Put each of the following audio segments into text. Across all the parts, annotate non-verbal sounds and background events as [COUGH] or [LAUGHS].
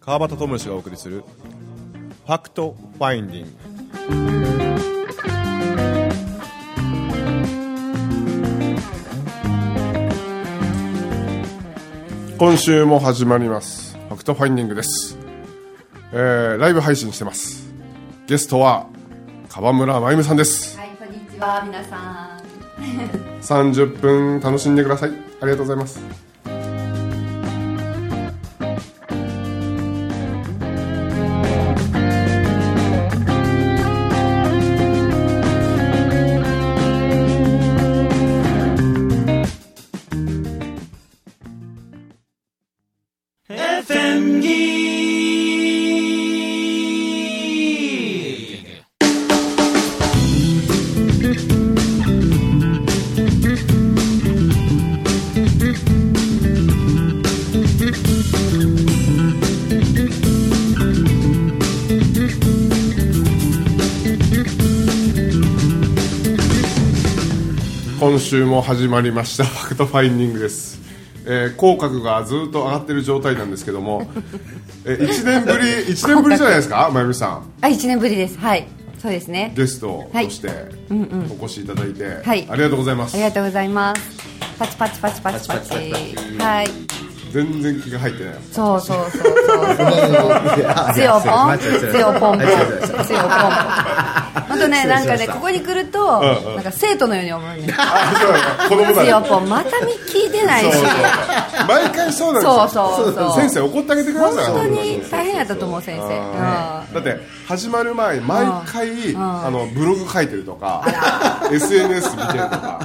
川端智史がお送りするファクトファインディング今週も始まりますファクトファインディングです、えーライブ配信してますゲストは川村真由美さんですはい、こんにちは、皆さん。 30分楽しんでくださいありがとうございます今週も始まりました [LAUGHS] ファクトファインディングです、えー口角がずっと上がってる状態なんですけども、え1年ぶ [LAUGHS] り1年ぶりじゃないですか真由美さんあ、一年ぶりです。はい、そうですね。ゲストとしてお越しいただいて、はいありがとうございまあすりがとうございます。パチパチパチパチパチ。はい、全然気が入ってないそうそう [LAUGHS] そうそうそう。強ポン、強ポンポン、強ポンポン。本当ね、なんかね、ここに来ると、なんか生徒のように思うね。あそうだね子供だね強ポン、またみ聞いてないし。毎回そうなんですそようそうそう。先生怒ってあげてくだ本さい当に大変やったと思う先生。うんだって始まる前毎回あのブログ書いてるとか SNS 見てるとか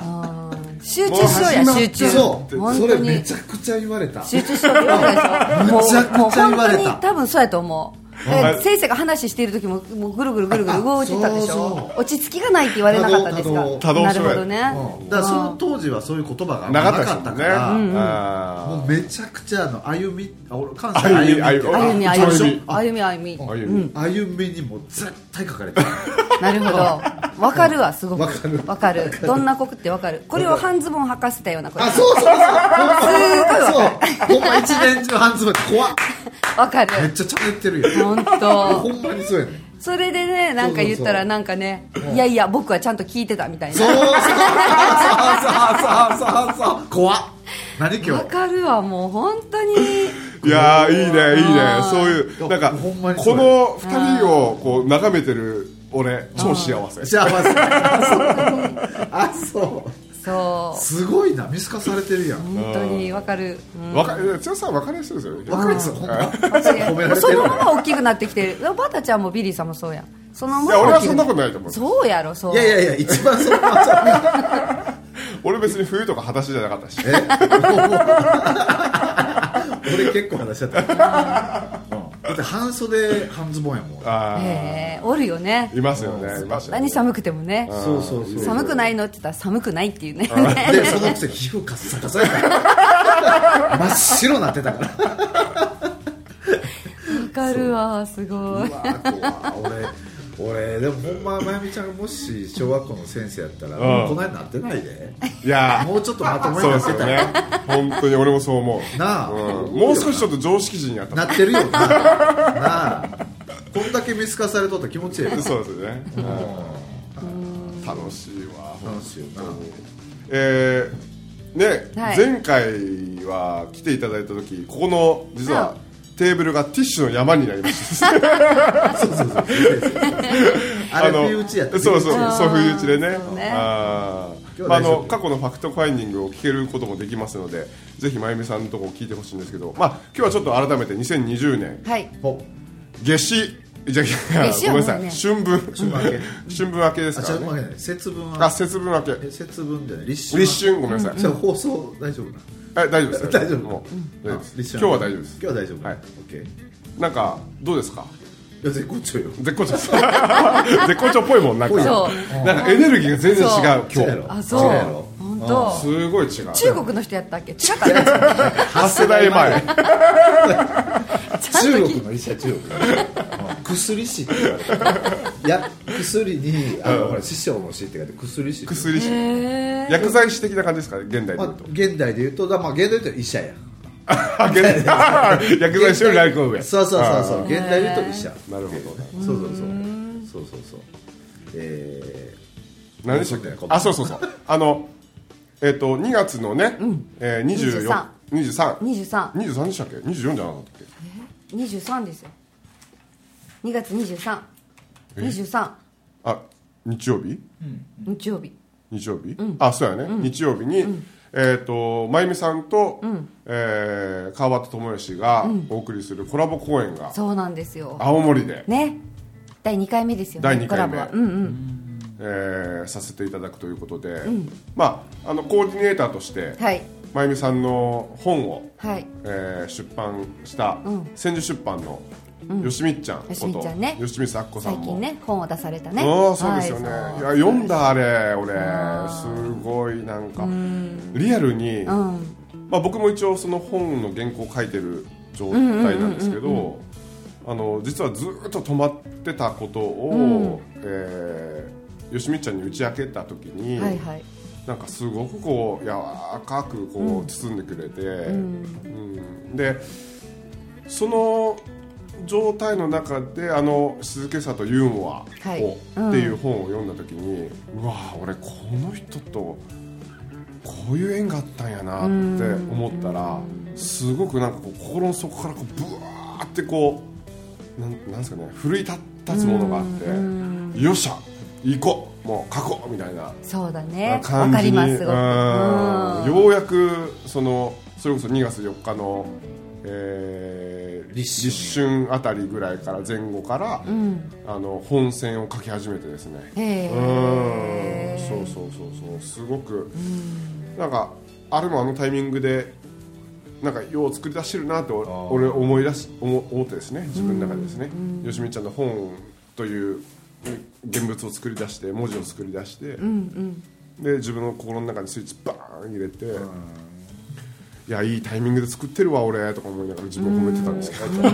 集中しようや、集中。そう本そ当れめに。ちゃくちゃ言われた集中しろって言われたでしょもうめちゃくちゃもう本言わ当れたに多分そうやと思うだから先生が話している時ももうぐるぐるぐるぐる動いてたでしそうそょ落ち着きがないって言われなかったですか多動多動なるほどねうんだからその当時はそういう言葉があんなまかっなたですもかったんかねらあもうめちゃくちゃあの歩みあ俺関西歩み歩み歩みあ歩そうみいう歩み歩みーああいうの歩みにも絶対書かれてるなるほどわかるわすごくわかるわかるどんな子ってわかるこれを半ズボン履かせたような子あそうそうそうそうほんま一年中半ズボン怖っわかるめっちゃちゃめってるよ本当ほんまにそうやねそれでねなんか言ったらなんかねいやいや僕はちゃんと聞いてたみたいそうなそうそうそうそうそう怖っ何今わ日かるわもう本当にいやーいいねいいねそういうやなんかほんまにこそうの2人をこう眺めてる俺超幸せ幸せあそうそうすごいな見透かされてるやん本当にわかる、うんわか強さは分かりやすいですよねわかるですよほんま褒められてるそのまま大きくなってきてるバタちゃんもビリーさんもそうやんそのまいまや俺大はきそくんななことないと思うそうやろそういやいやいや一番そのまま俺別に冬とか裸足じゃなかったし俺結構話しちゃ [LAUGHS] った、うん、だって半袖半ズボンやもんあええおるよねーいますよねいますよね何寒くてもねそうそうそう寒くないのって言ったら寒くないっていうねでそのくせ皮膚カッサカサやから [LAUGHS] 真っ白なってたからわかるわすごいうわ怖い俺俺でもほんままゆみちゃんがもし小学校の先生やったら、うんこないなってないでいやもうちょっとまともにそうなですってよたねら、本当に俺もそう思うなあ、うんもう少しちょっと常識人やったなってるよななあこんだけ見透かされとったら気持ちいいそうですよね、うん楽しいわ、楽しいよなえーねはい前回は来ていただいた時ここの実ははテーブルがティッシュの山になりましたあれ身内やったそうそうあーそう冬打ちでねそうねあー今日は大丈夫まあ、あの過去のファクトファインディングを聞けることもできますのでぜひまゆみさんのところ聞いてほしいんですけど、まあ、今日はちょっと改めて2020年はいほ夏至じゃあ夏至ごめはんもうねなさい、春分 [LAUGHS] 春分明け分明けであすちかょらっとね待ってね節分あは節分明けえ節分じゃない立春は立春ごめんなさい、じゃあ放送大丈夫なえ大丈夫ですよ [LAUGHS] 大丈夫もう大丈夫です立今春日は大丈夫です今日は大丈夫はいオッケーいなんかどうですかや絶好調よ絶好調です [LAUGHS] 絶好調っぽいもんなんかそなんかエネルギーが全然違うそうそうや今ろあそうやろ本当日すごい違う中国の人やったっけ違ったねちゃん8世代前と聞中い国の医者中国 [LAUGHS] 薬師って言われたいや薬にあのほら師匠の師って書いて薬師薬師へえ薬剤師的な感じですかね現代でま言あうと、現代で言うとだまあ現代で言うと医者や [LAUGHS] 現代 [LAUGHS] 薬剤師よりライクオブやそうそうそうそう現代ユートピシャなるほどそうそうそうそうそうそうえ何でしたっけあそうそうそうあのえっ、と2月のね、えー、242323 2323でしたっけ24じゃなかったっけですよ2月2323 23あ日曜日日曜日日曜日、あそうやね、日曜日に、えっ、と真由美さんと、えー川端智義がお送りするコラボ公演がそうなんですよ青森で、ね第2回目ですよね第二コ回ラボ目はうんうんえーさせていただくということで、まああのコーディネーターとして、はい真由美さんの本を、はいえー出版した、ん千住出版の、よしみっちゃんことよしみっちゃんねよしみさっこさ最んも近ね本を出されたねああそうですよね、、はいいやそう読んだあれ俺すごいなんかリアルに、まあ、僕も一応その本の原稿を書いてる状態なんですけどあの実はずっと止まってたことを、えーよしみちゃんに打ち明けた時に、はいはいなんかすごくこう柔らかくこう包んでくれて、うんでその状態の中であの「静けさとユーモアを」はいっていう本を読んだ時に、うわあ俺この人とこういう縁があったんやなって思ったら、すごくなんかこう心の底からこうブワーってこうなんなんですかね奮い立つものがあって、よっしゃ行こうもう書こうみたいな。そうだねわ感かりじにますすごくうんうんようやくそのそれこそ2月4日の、えー立立春あたりぐらいから前後から、あの本線を書き始めてですね、へうんえそうそうそうそうすごく、なんかあれもあのタイミングでなんかよう作り出してるなってお俺思い出し思思ってですね自分の中でですね、よしみちゃんの本という現物を作り出して文字を作り出して、で自分の心の中にスイッチバーン入れて、いやいいタイミングで作ってるわ俺とか思いながら自分を褒めてたんですけど、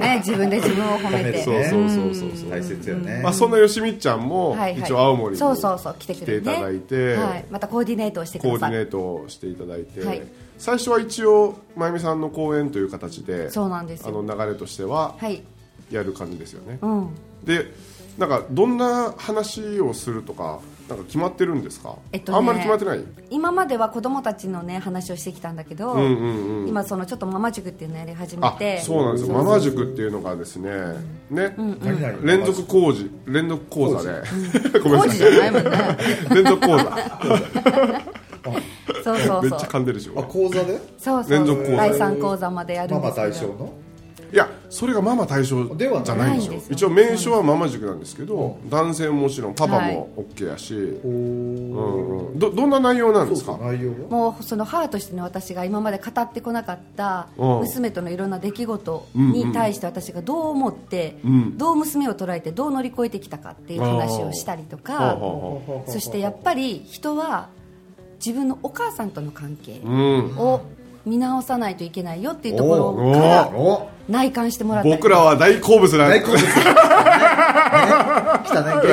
ね自分で自分を褒め [LAUGHS] てそうそうそうそうそうー大切よねまあ、そんなよしみちゃんもはいはい一応青森にそうそうそう来て来くてれいてたねだいて、はいまたコーディネートをしてくコーだデさィネいートをしていただいて、はい最初は一応真由美さんの講演という形でそうなんですあよの流れとしてははいやる感じですよね、うんでなんかどんな話をするとかなんか決まってるんですか、えっとねあんまり決まってない今までは子供たちのね話をしてきたんだけど、んうん今そのちょっとママ塾っていうのやり始めあてそうなんですよママ塾っていうのがですねね、何々連続講師連続講座で、 [LAUGHS] ごめんな工事さじゃないもんねい連続 [LAUGHS] 講座そうそうめっちそゃう噛んでるしあ俺講座でそうそう連続講座第3講座までやるマんでマすけど対象のいやそれがママ対象じではないゃないんですよないんですよ一応名称はママ塾なんですけど、男性ももちろんパパも OK やし、おうおんうん、どどんな内容なんですかそうか内容はもうその母としての私が今まで語ってこなかったうん娘とのいろんな出来事に対して私がどう思って、どう娘を捉えてどう乗り越えてきたかっていう話をしたりとはかあはあはそしてやっぱり人は自分のお母さんとの関係あうんを見直さないといけないよっていうとこおろーからお内観してもらったり僕らは大好物なん大で好物ね原点ですから汚い原点だもんね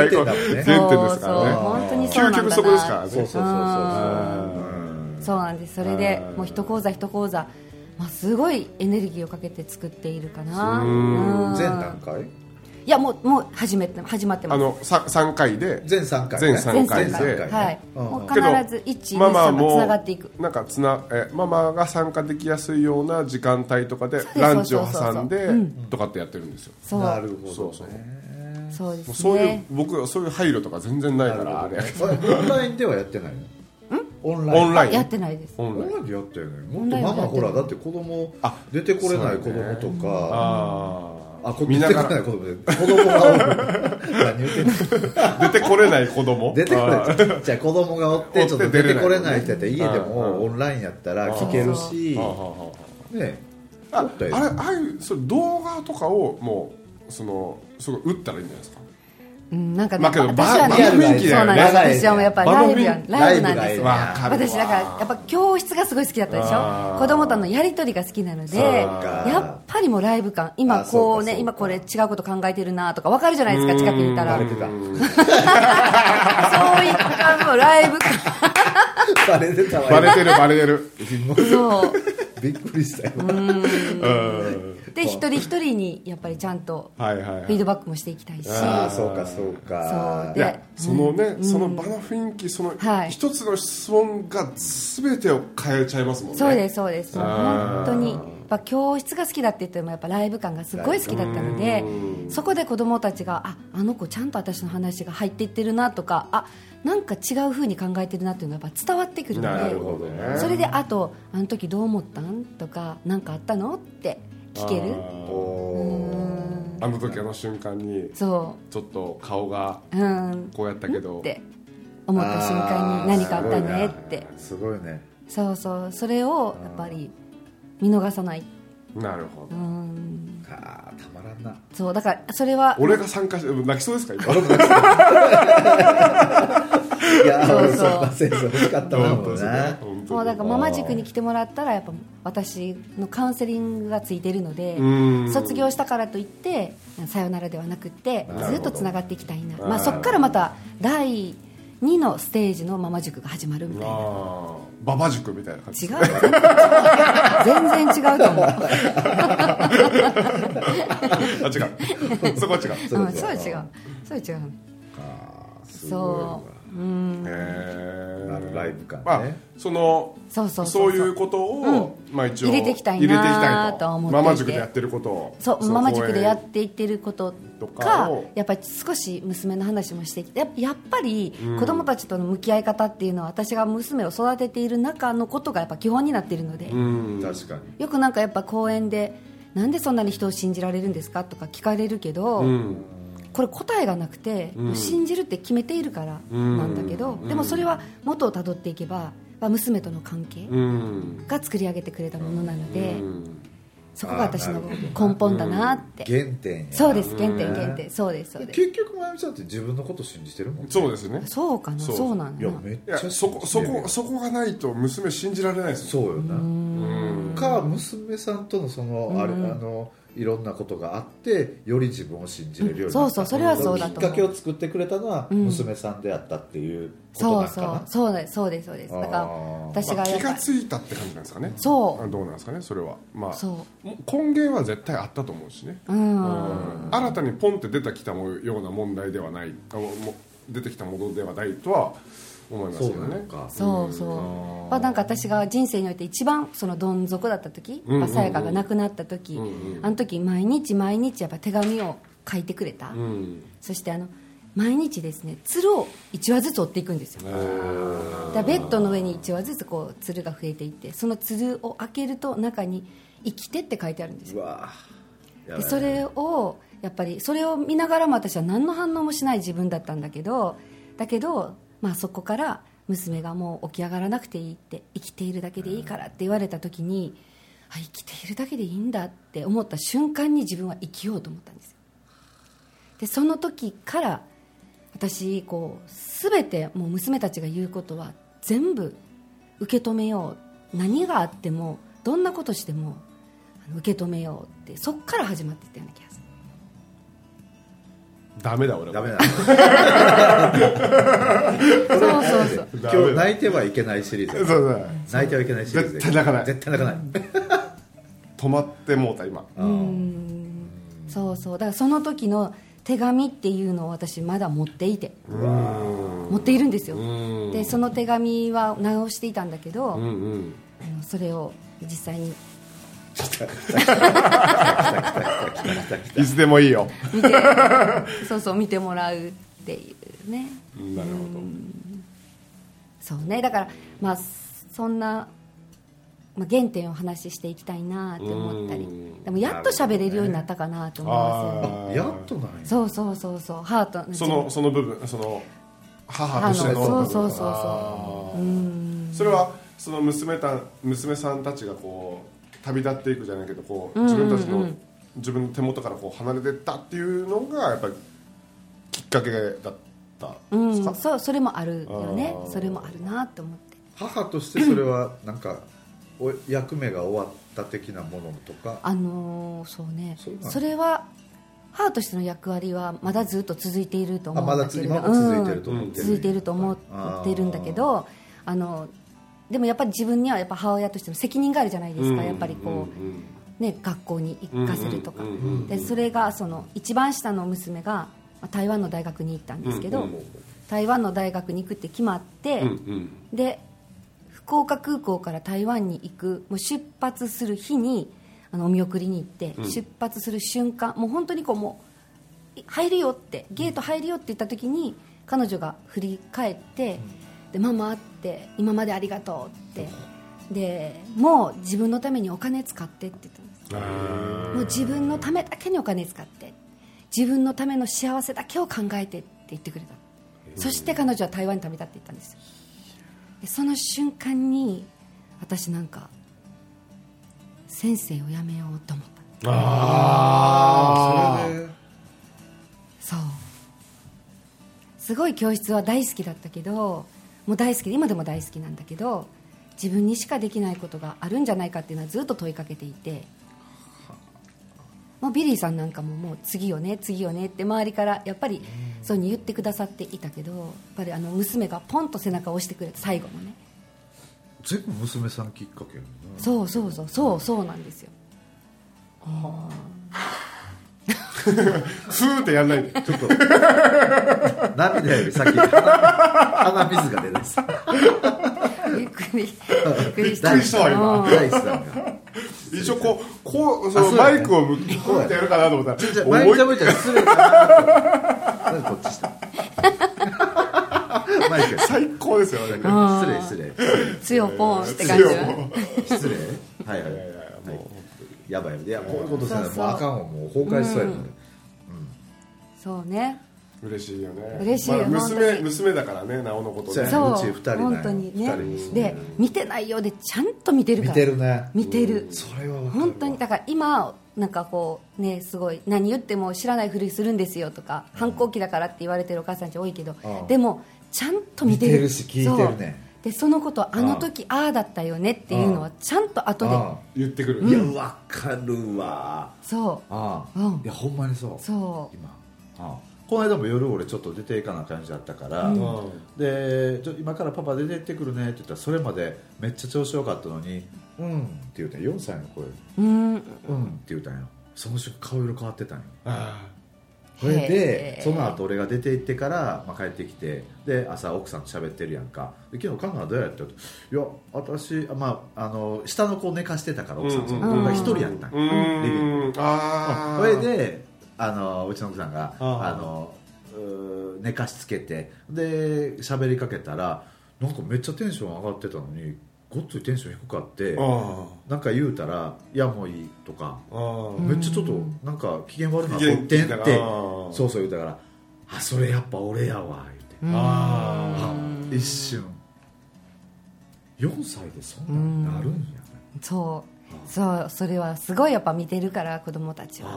ねそうそう本当にそう究なんだな極そこですからねそうそうそうそうそうなんですそれでもう一講座一講座、まあ、すごいエネルギーをかけて作っているかなうん全段階いやもうもう始めて始まってまあすのさ3回で全3回全三全回3で全回三はいうんもうけど必ず123ママがつもながっていくなんかつなえママが参加できやすいような時間帯とかですランチをそうそうそうそう挟んでとかってやってるんですよそなうるほどそうそうそうでもうすそういうね僕そういう配慮とか全然ないかなるらあれほどねオンラインではやってないのオンラインオンラインやってないですオンオラインンラインでやったよねオもンっライとンでやマってるマほらだって子供あ出てこれない子そうね供とかああこ見出なてがこらない子供で子供が [LAUGHS] おる何言ってんのあ出てこれない子 [LAUGHS] 供出てこあーないじゃあ子供がおってちょっと出てこれないって言って家でうんもオンラインやったら聞けるしあーねあ撮ったれよああいうそれ動画とかをもうそのすごい打ったらいいんじゃないですかうんなんかねまあけど私はね場の雰囲気だそうよなねんですライブ私はもうやっぱライブや場ライブなんですよライブがいいわかるわ私だからやっぱ教室がすごい好きだったでしあょー子供とのやり取りが好きなのでうかやっぱりもうライブ感今こあーそううかそうねか今これ違うこと考えてるなとかわかるじゃないですか近くにいたらバそレういてたったもうライブ感 [LAUGHS] バレてたわバレてるバレてるそう [LAUGHS] びっくりしたよで一人一人にやっぱりちゃんとフはいはいはいィードバックもしていきたいし、ああそうかそうかそういでやそのね、その場の雰囲気そのはい一つの質問が全てを変えちゃいますもんねそうですそうですもう本当にやっぱ教室が好きだって言ってもやっぱライブ感がすごい好きだったのでそこで子供たちがああの子ちゃんと私の話が入っていってるなとかあなんか違う風に考えてるなっていうのがやっぱ伝わってくるなるのほどねでそれであと「あの時どう思ったん?」とか「何かあったの?」って聞けるあーおあの時あの瞬間にそちょっと顔がううんこうやったけどって思った瞬間に何かあったねってーすごいねそうそうそれをやっぱり見逃さないなるほどあーたまらんなそうだからそれは俺が参加して泣きそうですか今いやそうそーうそうか先生欲しかったなもうな本も当うにだからママ塾に来てもらったらやっぱ私のカウンセリングがついてるのでうん卒業したからといってさよならではなくってほどずっとつながっていきたいなーまあ、そこからまた第2のステージのママ塾が始まるみたいなあーババ塾みたいな感違じう全然違う全然違うと思うあ [LAUGHS] 違う [LAUGHS] そこは違うへうんそれ違うそれ違うそうえあのライブ感ねまあそのそうそうそそううそういうことを、まあ、一応入れていきたいな入れていきたいととは思っていマてマ塾でやってることをそうのママ塾でや公っ演ていってることとかかをやっぱり少し娘の話もしていきてやっぱやっぱり子供たちとの向き合い方っていうのは私が娘を育てている中のことがやっぱ基本になっているので、うん確かによくなんかやっぱ公園でなんでそんなに人を信じられるんですかとか聞かれるけど、うんこれ答えがなくて、もう信じるって決めているからなんだけど、でもそれは元をたどっていけばまあ娘との関係うんが作り上げてくれたものなので、うんそこが私の根本だなって。原点やそうです原点原点そうですそうです結局まゆみちゃんって自分のこと信じてるもんねそうですねそうかなそそううなんいだやなめっいちやゃそこそこそこがないと娘信じられないですよそうよなか娘さんとのそのあれあのいろんなことがあってより自分を信じれるようになったそうそうそれはそうだと思うきっかけを作ってくれたのは娘さんであったっていうことそなうんかそうそうなですそうですそうですだかあらー私まがあや気っがぱついたって感じなんですかねそうあどうなんですかねそれはまあそもう根源は絶対あったと思うしねううん新たにポンって出てきたような問題ではないあも出てきたものではないとは思いますそようなのねかそうそうまあなんか私が人生において一番そのどん底だった時うんうんうんまあさやかが亡くなった時あの時毎日毎日やっぱ手紙を書いてくれたうんそしてあの毎日ですね鶴を1羽ずつ折っていくんですよだからベッドの上に1羽ずつこう鶴が増えていってその鶴を開けると中に「生きて」って書いてあるんですようわーやばでいそれをやっぱりそれを見ながらも私は何の反応もしない自分だったんだけどだけど、まあ、そこから娘がもう起き上がらなくていいって生きているだけでいいからって言われた時に、あ生きているだけでいいんだって思った瞬間に自分は生きようと思ったんですよでその時から私こう全てもう娘たちが言うことは全部受け止めよう何があってもどんなことしてもあの受け止めようってそっから始まっていったような気がするダメだ俺はダメだそうそうそう今日泣いてはいけないシリーそうズそう泣いてはいけないシリーズ絶対泣かない絶対泣かない止まってもうた今そうそうだからその時の手紙っていうのを私まだ持っていて持っているんですよでその手紙は直していたんだけど、うんうんあのそれを実際にいつでもいいよ見てそうそう見てもらうっていうねなるほどそうねだからまあそんな、まあ、原点をお話ししていきたいなって思ったりうんでもやっと喋れるようになったかなと思いますよねあーやっとないそうそうそうそうハートそのその部分その母としての母のそうそうそうそうあーそれはその娘た娘さんたちがこう旅立っていくじゃないけどこう自分たちの、自分の手元からこう離れてったっていうのがやっぱりきっかけだったんですか、うん、そうそれもあるよねあーそれもあるなと思って母としてそれはなんかお役目が終わった的なものとかあのーそうねそうなのそれは母としての役割はまだずっと続いていると思あうんまだだつけれ今ども続いてると思ってうん続いていると思あーってるんだけどあのでもやっぱり自分にはやっぱ母親としての責任があるじゃないですか、やっぱりこう、うんね、学校に行かせるとか、うんうんうんうんでそれがその一番下の娘がまあ台湾の大学に行ったんですけど、うんうんうん台湾の大学に行くって決まって、うんうんで福岡空港から台湾に行くもう出発する日にあのお見送りに行って、うん出発する瞬間もう本当にこうもうい入るよってゲート入るよって言った時に彼女が振り返って、でママって今までありがとうってでもう自分のためにお金使ってって言ったんですもう自分のためだけにお金使って自分のための幸せだけを考えてって言ってくれたそして彼女は台湾に旅立っていったんですよでその瞬間に私なんか先生を辞めようと思ったああそれでそうすごい教室は大好きだったけどもう大好きで今でも大好きなんだけど自分にしかできないことがあるんじゃないかっていうのはずっと問いかけていてもうビリーさんなんかももう次よね次よねって周りからやっぱりそういうふうに言ってくださっていたけどやっぱりあの娘がポンと背中を押してくれた最後のね全部娘さんきっかけやなそうそうそうそうそうなんですよスーってやんない [LAUGHS] でちょっと涙より先に鼻鼻水が出るんです [LAUGHS] びっくりびっくりし大た地さんうんが大地さんが一応こうこうそあのそうだマねイクを向きこうやってやるかなと思ったらじゃあ思前いちゃぶちゃ失礼かななんでこっちした [LAUGHS] マイク最高ですよね失礼失礼強ポンって感じ強い失礼はいはいはいやばいやばいいやこういうことせなもうあかんわもう崩壊しそうやもんそうね嬉しいよね嬉しいよまあ本当娘に娘だからねなおのことそうねやねそううち二人なんよ本当にね二人ですで見てないようでちゃんと見てるか見らてるね見てるそれはわかるわ本当にだから今なんかこうねすごい何言っても知らないふりするんですよとか、反抗期だからって言われてるお母さんたち多いけど、うんでもちゃんと見てる見てるし聞いてるねそうでそのことあの時ああだったよねっていうのはちゃんと後であ言ってくるあいやわかるわそああ、うんいやほんまにそううそう今ああこの間も夜俺ちょっと出ていかな感じだったから、うんでちょ今からパパ出てってくるねって言ったらそれまでめっちゃ調子よかったのに「うん」って言うたん4歳の声「うんうん」って言うたんよその瞬間顔色変わってたんよあそれへでえその後俺が出て行ってから、まあ、帰ってきてで朝奥さんと喋ってるやんかで昨日カナダどうやったっていや私、あまあ、あの下の子寝かしてたから奥さんそのうん子が一人やったんーうよリビングーんああそれであのうちの奥さんがあーあのうー寝かしつけてで喋りかけたらなんかめっちゃテンション上がってたのにごっついテンション低かってあなんか言うたら「いやもういい」とかああめっちゃちょっとなんか機嫌悪いなとってんってそうそう言うたから「あそれやっぱ俺やわ」言って、ああ一瞬4歳でそんなんなるんやね、そうそうそれはすごいやっぱ見てるから子供たちは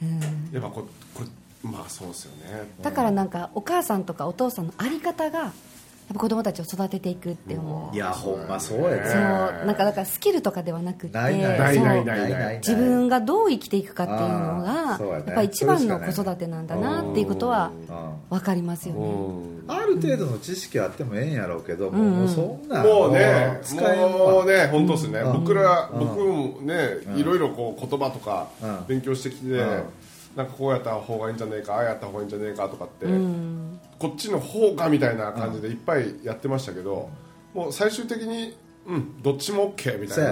あーやっぱここまあそうですよねだからなんかお母さんとかお父さんのあり方がやっぱ子供たちを育てていくって思う、あいやほんまそうやそうねなんかだからスキルとかではなくてないなないいないそうない自分がどう生きていくかっていうのあーがそうややっねぱ一番の子育てなんだなっていうことはうん分かりますようねんある程度の知識はあってもええんやろうけど、もううんもうそんなもうね使えんもわうね本当ですね、うん僕ら、うん僕もね、んいろいろこう言葉とかうん勉強してきて、んなんかこうやった方がいいんじゃねえかああやった方がいいんじゃねえかとかって、うんこっちの方がみたいな感じでいっぱいやってましたけど、もう最終的にうんどっちも OK みたいなそう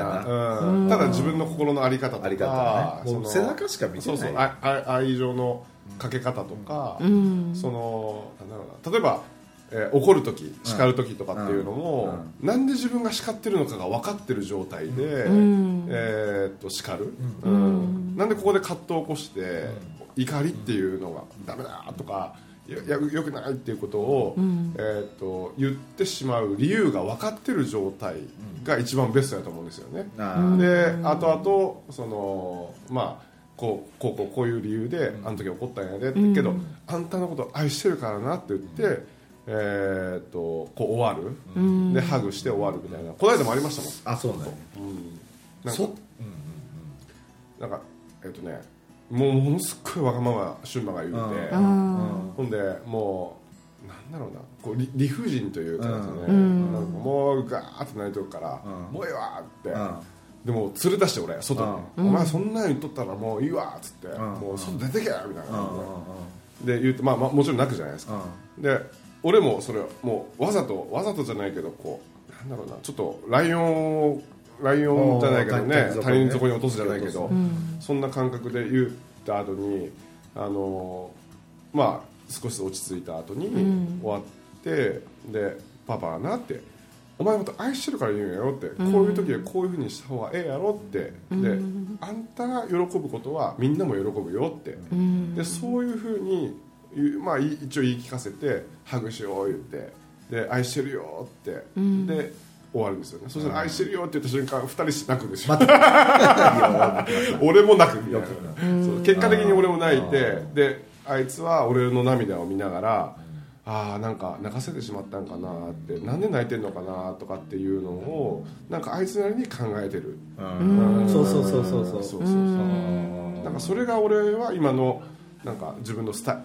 やうんただ自分の心の在り方とかあり方ねもうその背中しか見てないそうそうああ愛情のかけ方とか、んそのなんだろうな例えば、えー怒る時叱る時とかっていうのも、なんで自分が叱ってるのかが分かってる状態で、んえーっと叱る、うんなんでここで葛藤を起こして、怒りっていうのがダメだとかいやよよくないっていうことを、えーっと言ってしまう理由が分かってる状態が一番ベストだと思うんですよね。なあで後々そのまあこうこうこうこういう理由で、あの時怒ったんやで、けどあんたのこと愛してるからなって言って、えーっとこう終わる、でハグして終わるみたいなこの間もありましたもんあそうなんやなんかそなんかえっ、とねもうものすっごいわがまま春馬が言うて、ううんほんでもうなんだろうなこう理理不尽というかですね、なんかもうガーッと泣いとくから、うんもうええわって、うんでも連れ出して俺外に、お前そんなの言っとったらもういいわっつって、んもう外出てけみたいなう感んうんじで,、で言うと、まあ、まあもちろん泣くじゃないですか、で俺もそれもうわざとわざとじゃないけどこうなんだろうなちょっとライオンをライオンじゃないけどねおー他人底に落とすじゃないけど、うそんな感覚で言った後にあのまあ少し落ち着いた後に終わって、でパパはなってお前のこと愛してるから言うんやろって、こういう時はこういうふうにした方がええやろって、であんたが喜ぶことはみんなも喜ぶよって、でそういうふうに、言うまあ、い一応言い聞かせてハグしよう言ってで愛してるよって、で終わるんですよねそしたら愛してるよって言った瞬間2人して泣くんですよ、 [LAUGHS] 俺も泣くみたいなそう結果的に俺も泣いてであいつは俺の涙を見ながらああなんか泣かせてしまったんかなってなんで泣いてんのかなとかっていうのをなんかあいつなりに考えてるうんうんそうそうそうそうそうそうそうそうなんかそれが俺は今のなんか自分のスタイ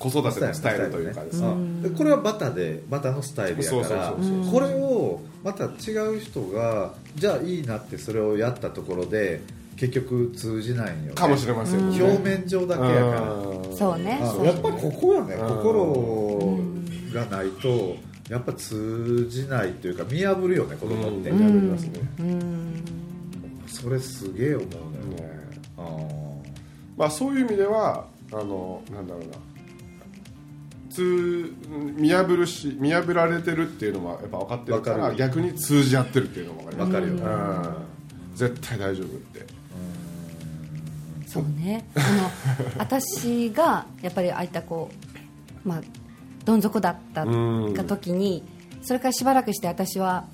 子育てのスタイルというかですねうんこれはバタでバタのスタイルやからそうそうそうこれをまた違う人がじゃあいいなってそれをやったところで結局通じないんよねかもしれませんね表面上だけやからうんそうねあそうやっぱりここよねうん心がないとやっぱ通じないというか見破るよね子供って、うん見破りますねそれすげえ思うね、ねあーまあ、そういう意味ではあのなんだろうな通見破るし見破られてるっていうのはやっぱ分かってるから分かる逆に通じ合ってるっていうのも分かわりかるよね、ます、うん、絶対大丈夫ってそうねあの私がやっぱりああいったこう、まあ、どん底だったうんが時にそれからしばらくして私は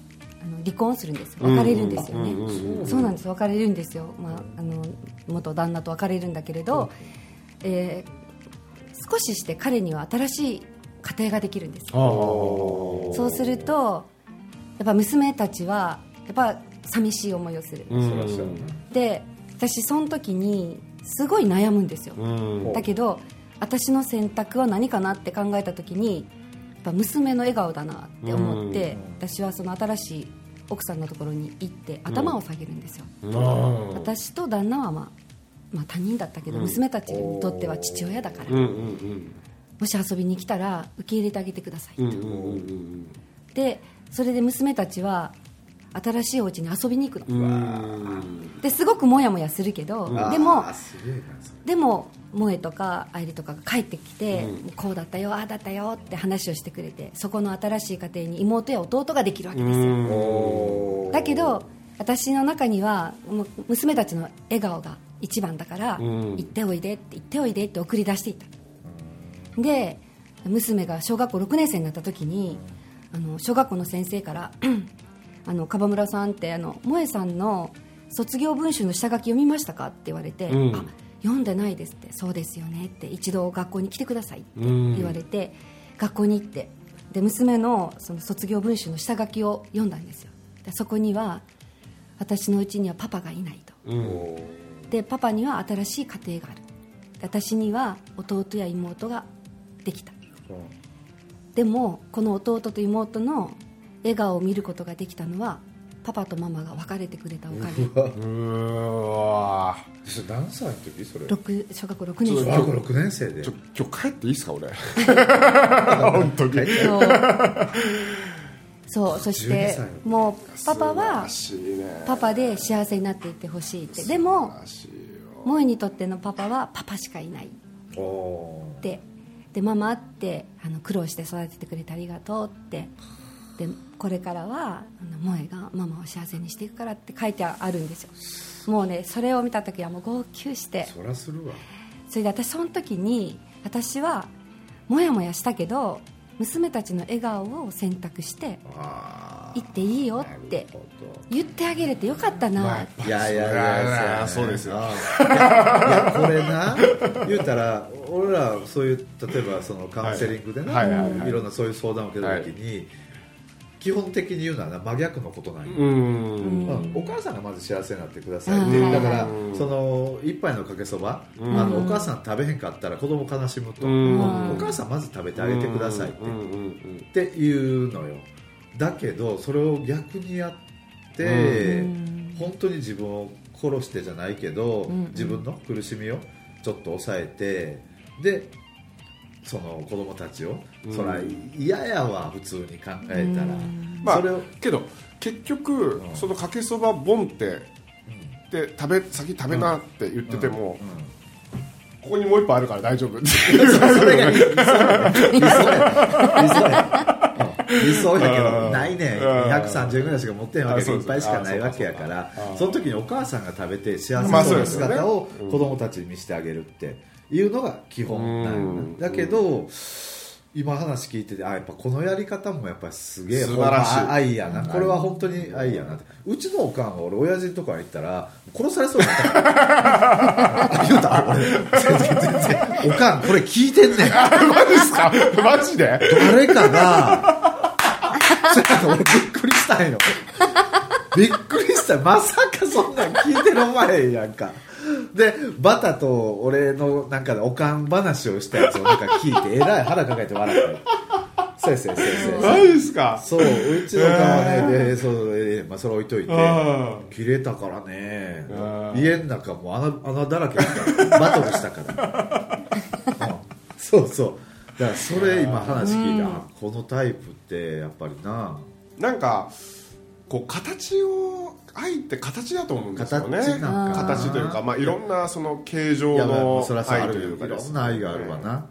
あの離婚するんです別れるんですようんうんうんうんうねそうなんです別れるんですよ、まあ、あの元旦那と別れるんだけれど、えー少しして彼には新しい家庭ができるんですよそうするとやっぱ娘たちはやっぱ寂しい思いをする、うんそらそうやなで私その時にすごい悩むんですよ、うんだけど私の選択は何かなって考えた時にやっぱ娘の笑顔だなって思って、私はその新しい奥さんのところに行って頭を下げるんですよ、うん私と旦那は、まあまあ、他人だったけど、うん娘たちにとっては父親だから、うんうんもし遊びに来たら受け入れてあげてくださいと、うんうんうんうんでそれで娘たちは新しいお家に遊びに行くうの、んですごくモヤモヤするけど、あーでもすげえなそれでも萌えとか愛梨とかが帰ってきて、こうだったよああだったよって話をしてくれてそこの新しい家庭に妹や弟ができるわけですよ、だけど私の中にはもう娘たちの笑顔が一番だから、うん行っておいでって行っておいでって送り出していたで娘が小学校6年生になった時にあの小学校の先生から [CLEARS THROAT] 「あの川村さんってあの萌えさんの卒業文集の下書き読みましたか?」って言われて「うんあ読んでないです」って「そうですよね」って「一度学校に来てください」ってうん言われて、学校に行ってで娘のその卒業文集の下書きを読んだんですよでそこには「私のうちにはパパがいない」と。うんでパパには新しい家庭があるで私には弟や妹ができたでもこの弟と妹の笑顔を見ることができたのはパパとママが別れてくれたおかげうわそれ何歳の時それ六小学校6年小生学校6年生でちょ今日帰っていいですか俺本当にそうそうそし12て歳もうパパは素晴らしいねパパで幸せになっていってほしいってでも素晴らしいよ萌えにとってのパパはパパしかいないってでママってあの苦労して育ててくれてありがとうってでこれからはあの萌えがママを幸せにしていくからって書いてあるんですよもうねそれを見た時はもう号泣してそらするわそれで私その時に私はもやもやしたけど娘たちの笑顔を選択してあ行ーっていいよってなるほど言ってあげれてよかったなっていやいやいやいやそうですよいやこれな言うたら俺らそういう例えばそのカウンセリングでな、はいいはいはいはいろんなそういう相談を受けた時に、基本的に言うなら真逆のことなんよ、うんうんお母さんがまず幸せになってくださいって、うんだから、うんその一杯のかけそば、うんあのお母さん食べへんかったら子供悲しむと、うんお母さんまず食べてあげてくださいって,、うんうんっていうのよだけどそれを逆にやって、うん本当に自分を殺してじゃないけんど、うん自分の苦しみをちょっと抑えてでその子供たちを、うんそら嫌やわ普通に考えたら、うんまあそれを、けど結局うんそのかけそばボンってで食べ先食べなって言ってても、うんここにもう一杯あるから大丈夫それが理想や理想やうん理想やけどないねんうん230ぐらいしか持ってへんわけであそうでいっすぱいしかないわけやからあその時にお母さんが食べて幸まあせそうそでうなすよね姿を子供たちに見せてあげるっていうのが基本なんようねんだけど今話聞いててあやっぱこのやり方もやっぱりすげえ素晴らしいほんま愛やなこれは本当に愛やなってうちのおかんは俺親父のとか行ったら殺されそうになったか [LAUGHS] ら言うた俺全然全然おかんこれ聞いてんねマんジですかマジで誰かがそれなんか俺びっくりしたんよびっくりしたまさかそんなん聞いてる前やんかでバタと俺のなんかおかん話をしたやつをなんか聞いてえらい腹抱えて笑ったよそうそうそうそうマジですかそううちの母はね、でそうえーまあ、それ置いといてうん切れたからねうん家の中も穴穴だらけだからバトルしたから、 [LAUGHS] うんそうそうだからそれ今話聞いた、あこのタイプってやっぱりななんかこう形を愛って形だと思うんですよね形なんかな形というか、まあ、いろんなその形い状やまあのそりゃそうあ愛るといいうかでろすんな愛があるわな、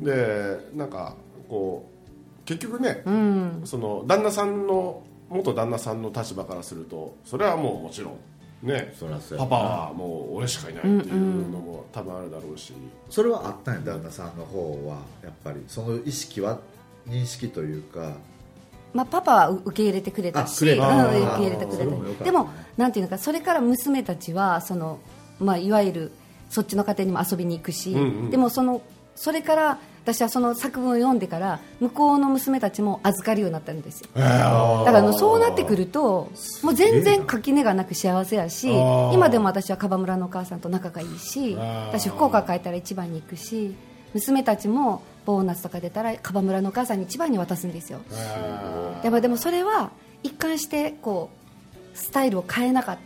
でなんかこう結局ね、うんその旦那さんの元旦那さんの立場からするとそれはもうもちろんねそりゃそうやパなパはもう俺しかいないっていうのも多分あるだろうし、それはあったんや旦那さんの方はやっぱりその意識は認識というかまあ、パパは受け入れてくれたしあくれたうんあー受け入れてくれそれたもよかったねでもなんていうのかそれから娘たちはその、まあ、いわゆるそっちの家庭にも遊びに行くし、うんうんでもそのそれから私はその作文を読んでから向こうの娘たちも預かるようになったんですよだからあのそうなってくるともう全然垣根がなく幸せやしあー今でも私は川村のお母さんと仲がいいしあー私福岡帰ったら一番に行くし娘たちもボーナスとか出たら川村のお母さんに一番に渡すんですよやっぱでもそれは一貫してこうスタイルを変えなかっ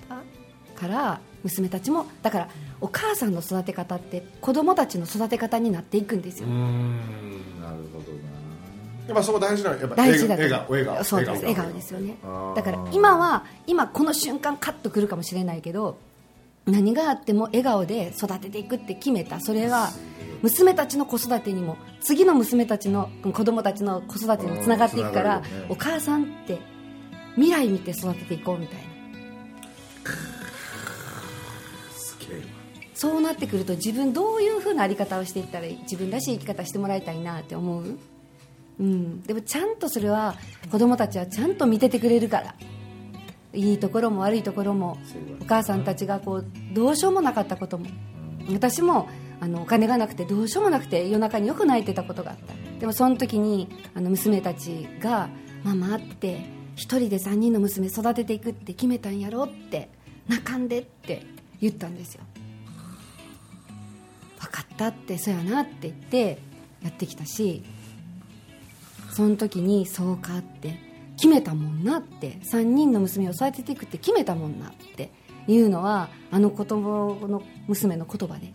たから娘たちもだからお母さんの育て方って子供たちの育て方になっていくんですよ、なるほどなやっぱそこ大事なのやっぱ大事笑だ顔と笑顔笑顔そうです笑顔ですよねあーだから今は今この瞬間カッとくるかもしれないけど何があっても笑顔で育てていくって決めたそれは娘たちの子育てにも次の娘たちの子供たちの子育てにもつながっていくから、うんつながるよねお母さんって未来見て育てていこうみたいなすげえわそうなってくると自分どういうふうなあり方をしていったら自分らしい生き方してもらいたいなって思う、うん、でもちゃんとそれは子供たちはちゃんと見ててくれるからいいところも悪いところもお母さんたちがこうどうしようもなかったことも私もあのお金がなくてどうしようもなくて夜中によく泣いてたことがあったでもその時にあの娘たちが「ママ」って一人で3人の娘育てていくって決めたんやろって泣かんでって言ったんですよ分かったってそうやなって言ってやってきたしその時にそうかって決めたもんなって3人の娘を育てていくって決めたもんなっていうのはあの子供の娘の言葉で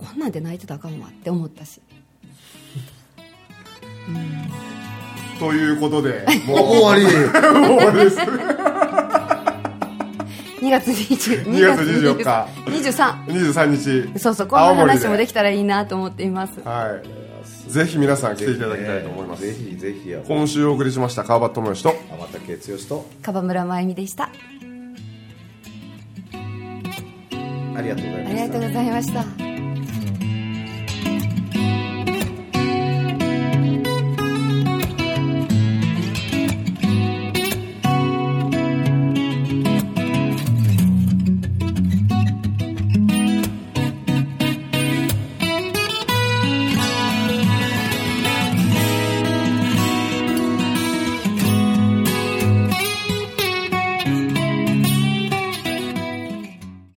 こんなんで泣いてたらあかんわって思ったしということでもうもう終わり2月20 2月24日23 23日そうそうこんな話もでききたらいいなと思っていますはいぜひ皆さん来ていただきたいと思います、ぜひぜひや天今週お送りしました川端智之と竹剛と川村真由美でしたありがとうございあましりたがとうございました